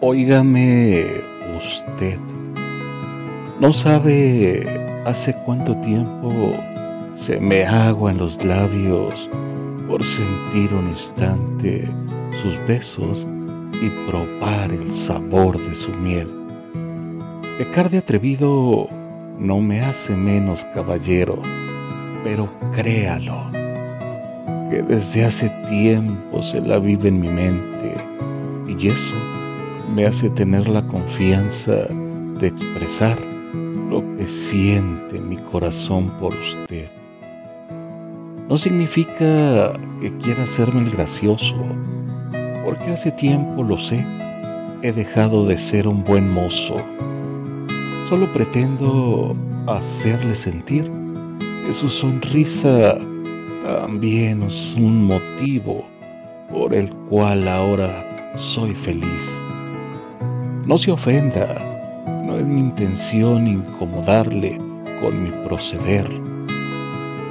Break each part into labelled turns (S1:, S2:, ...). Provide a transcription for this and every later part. S1: Óigame usted. No sabe hace cuánto tiempo se me aguan los labios por sentir un instante sus besos y probar el sabor de su miel. Pecar de atrevido no me hace menos caballero, pero créalo, que desde hace tiempo se la vive en mi mente y eso me hace tener la confianza de expresar lo que siente mi corazón por usted. No significa que quiera hacerme el gracioso, porque hace tiempo lo sé, he dejado de ser un buen mozo. Solo pretendo hacerle sentir que su sonrisa también es un motivo por el cual ahora soy feliz. No se ofenda, no es mi intención incomodarle con mi proceder.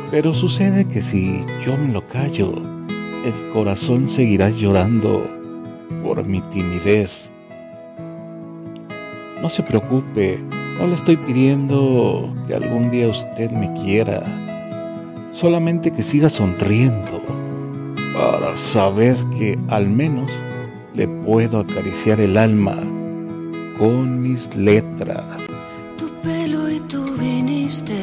S1: Pero sucede que si yo me lo callo, el corazón seguirá llorando por mi timidez. No se preocupe, no le estoy pidiendo que algún día usted me quiera. Solamente que siga sonriendo para saber que al menos le puedo acariciar el alma con mis letras.
S2: Tu pelo y tú viniste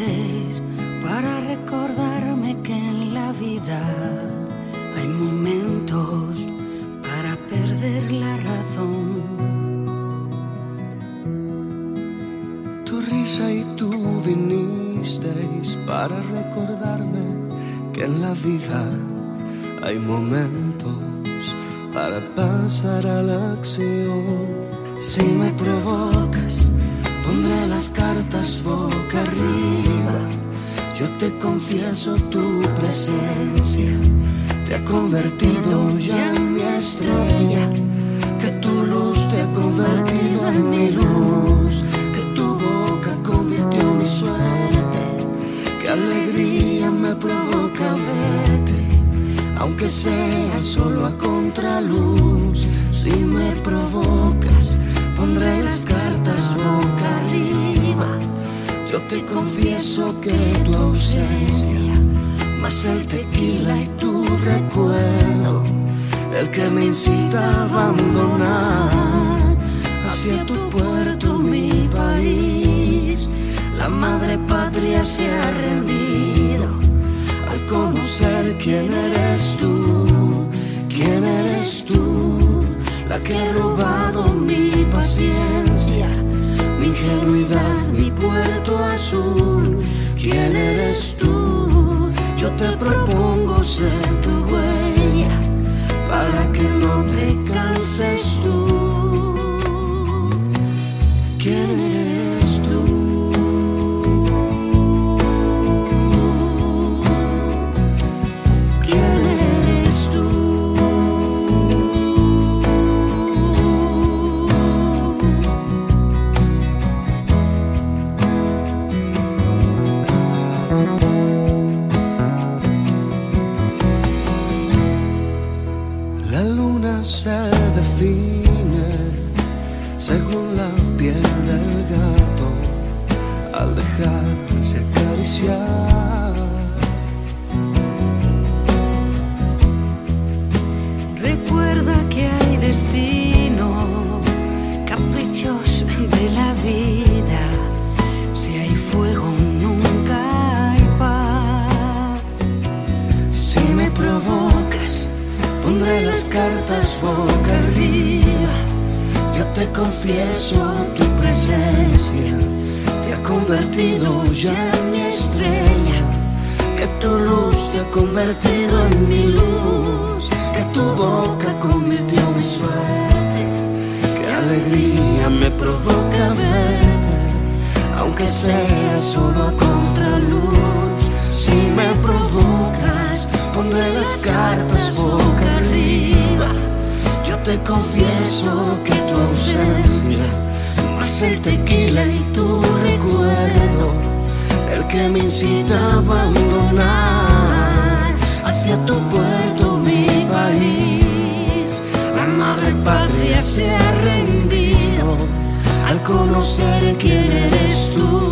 S2: para recordarme que en la vida hay momentos para perder la razón.
S3: Tu risa y tú vinisteis para recordarme que en la vida hay momentos para pasar a la acción. Si me provocas, pondré las cartas boca arriba. Yo te confieso tu presencia, te ha convertido ya en mi estrella, que tu luz te ha convertido en mi luz, que tu boca convirtió mi suerte, que alegría me provoca verte, aunque sea solo a contraluz. Si me provocas, pondré las cartas boca arriba. Yo te confieso que tu ausencia, más el tequila y tu recuerdo, el que me incita a abandonar hacia tu puerto mi país. La madre patria se ha rendido al conocer quién eres tú, quién eres tú la que ha robado mi paciencia, mi ingenuidad, mi puerto azul. ¿Quién eres tú? Yo te propongo ser tu huella para que no te canses tú. ¿Quién eres tú? ¿Quién eres tú? La luna se define según la piel del gato al dejarse acariciar.
S2: Recuerda que hay destino, caprichos de la vida. Si hay fuego, nunca hay paz.
S3: Si me provocas, pondré las cartas boca arriba. Yo te confieso tu presencia, te ha convertido ya en mi estrella. Que tu luz te ha convertido en mi luz, que tu boca convirtió mi suerte. Que alegría me provoca verte, aunque sea solo a contraluz. Si me provocas, pondré las cartas boca arriba. Yo te confieso que tu ausencia, más el tequila y tu recuerdo, el que me incita a abandonar hacia tu puerto mi país. La madre patria se ha rendido
S2: al conocer quién eres tú.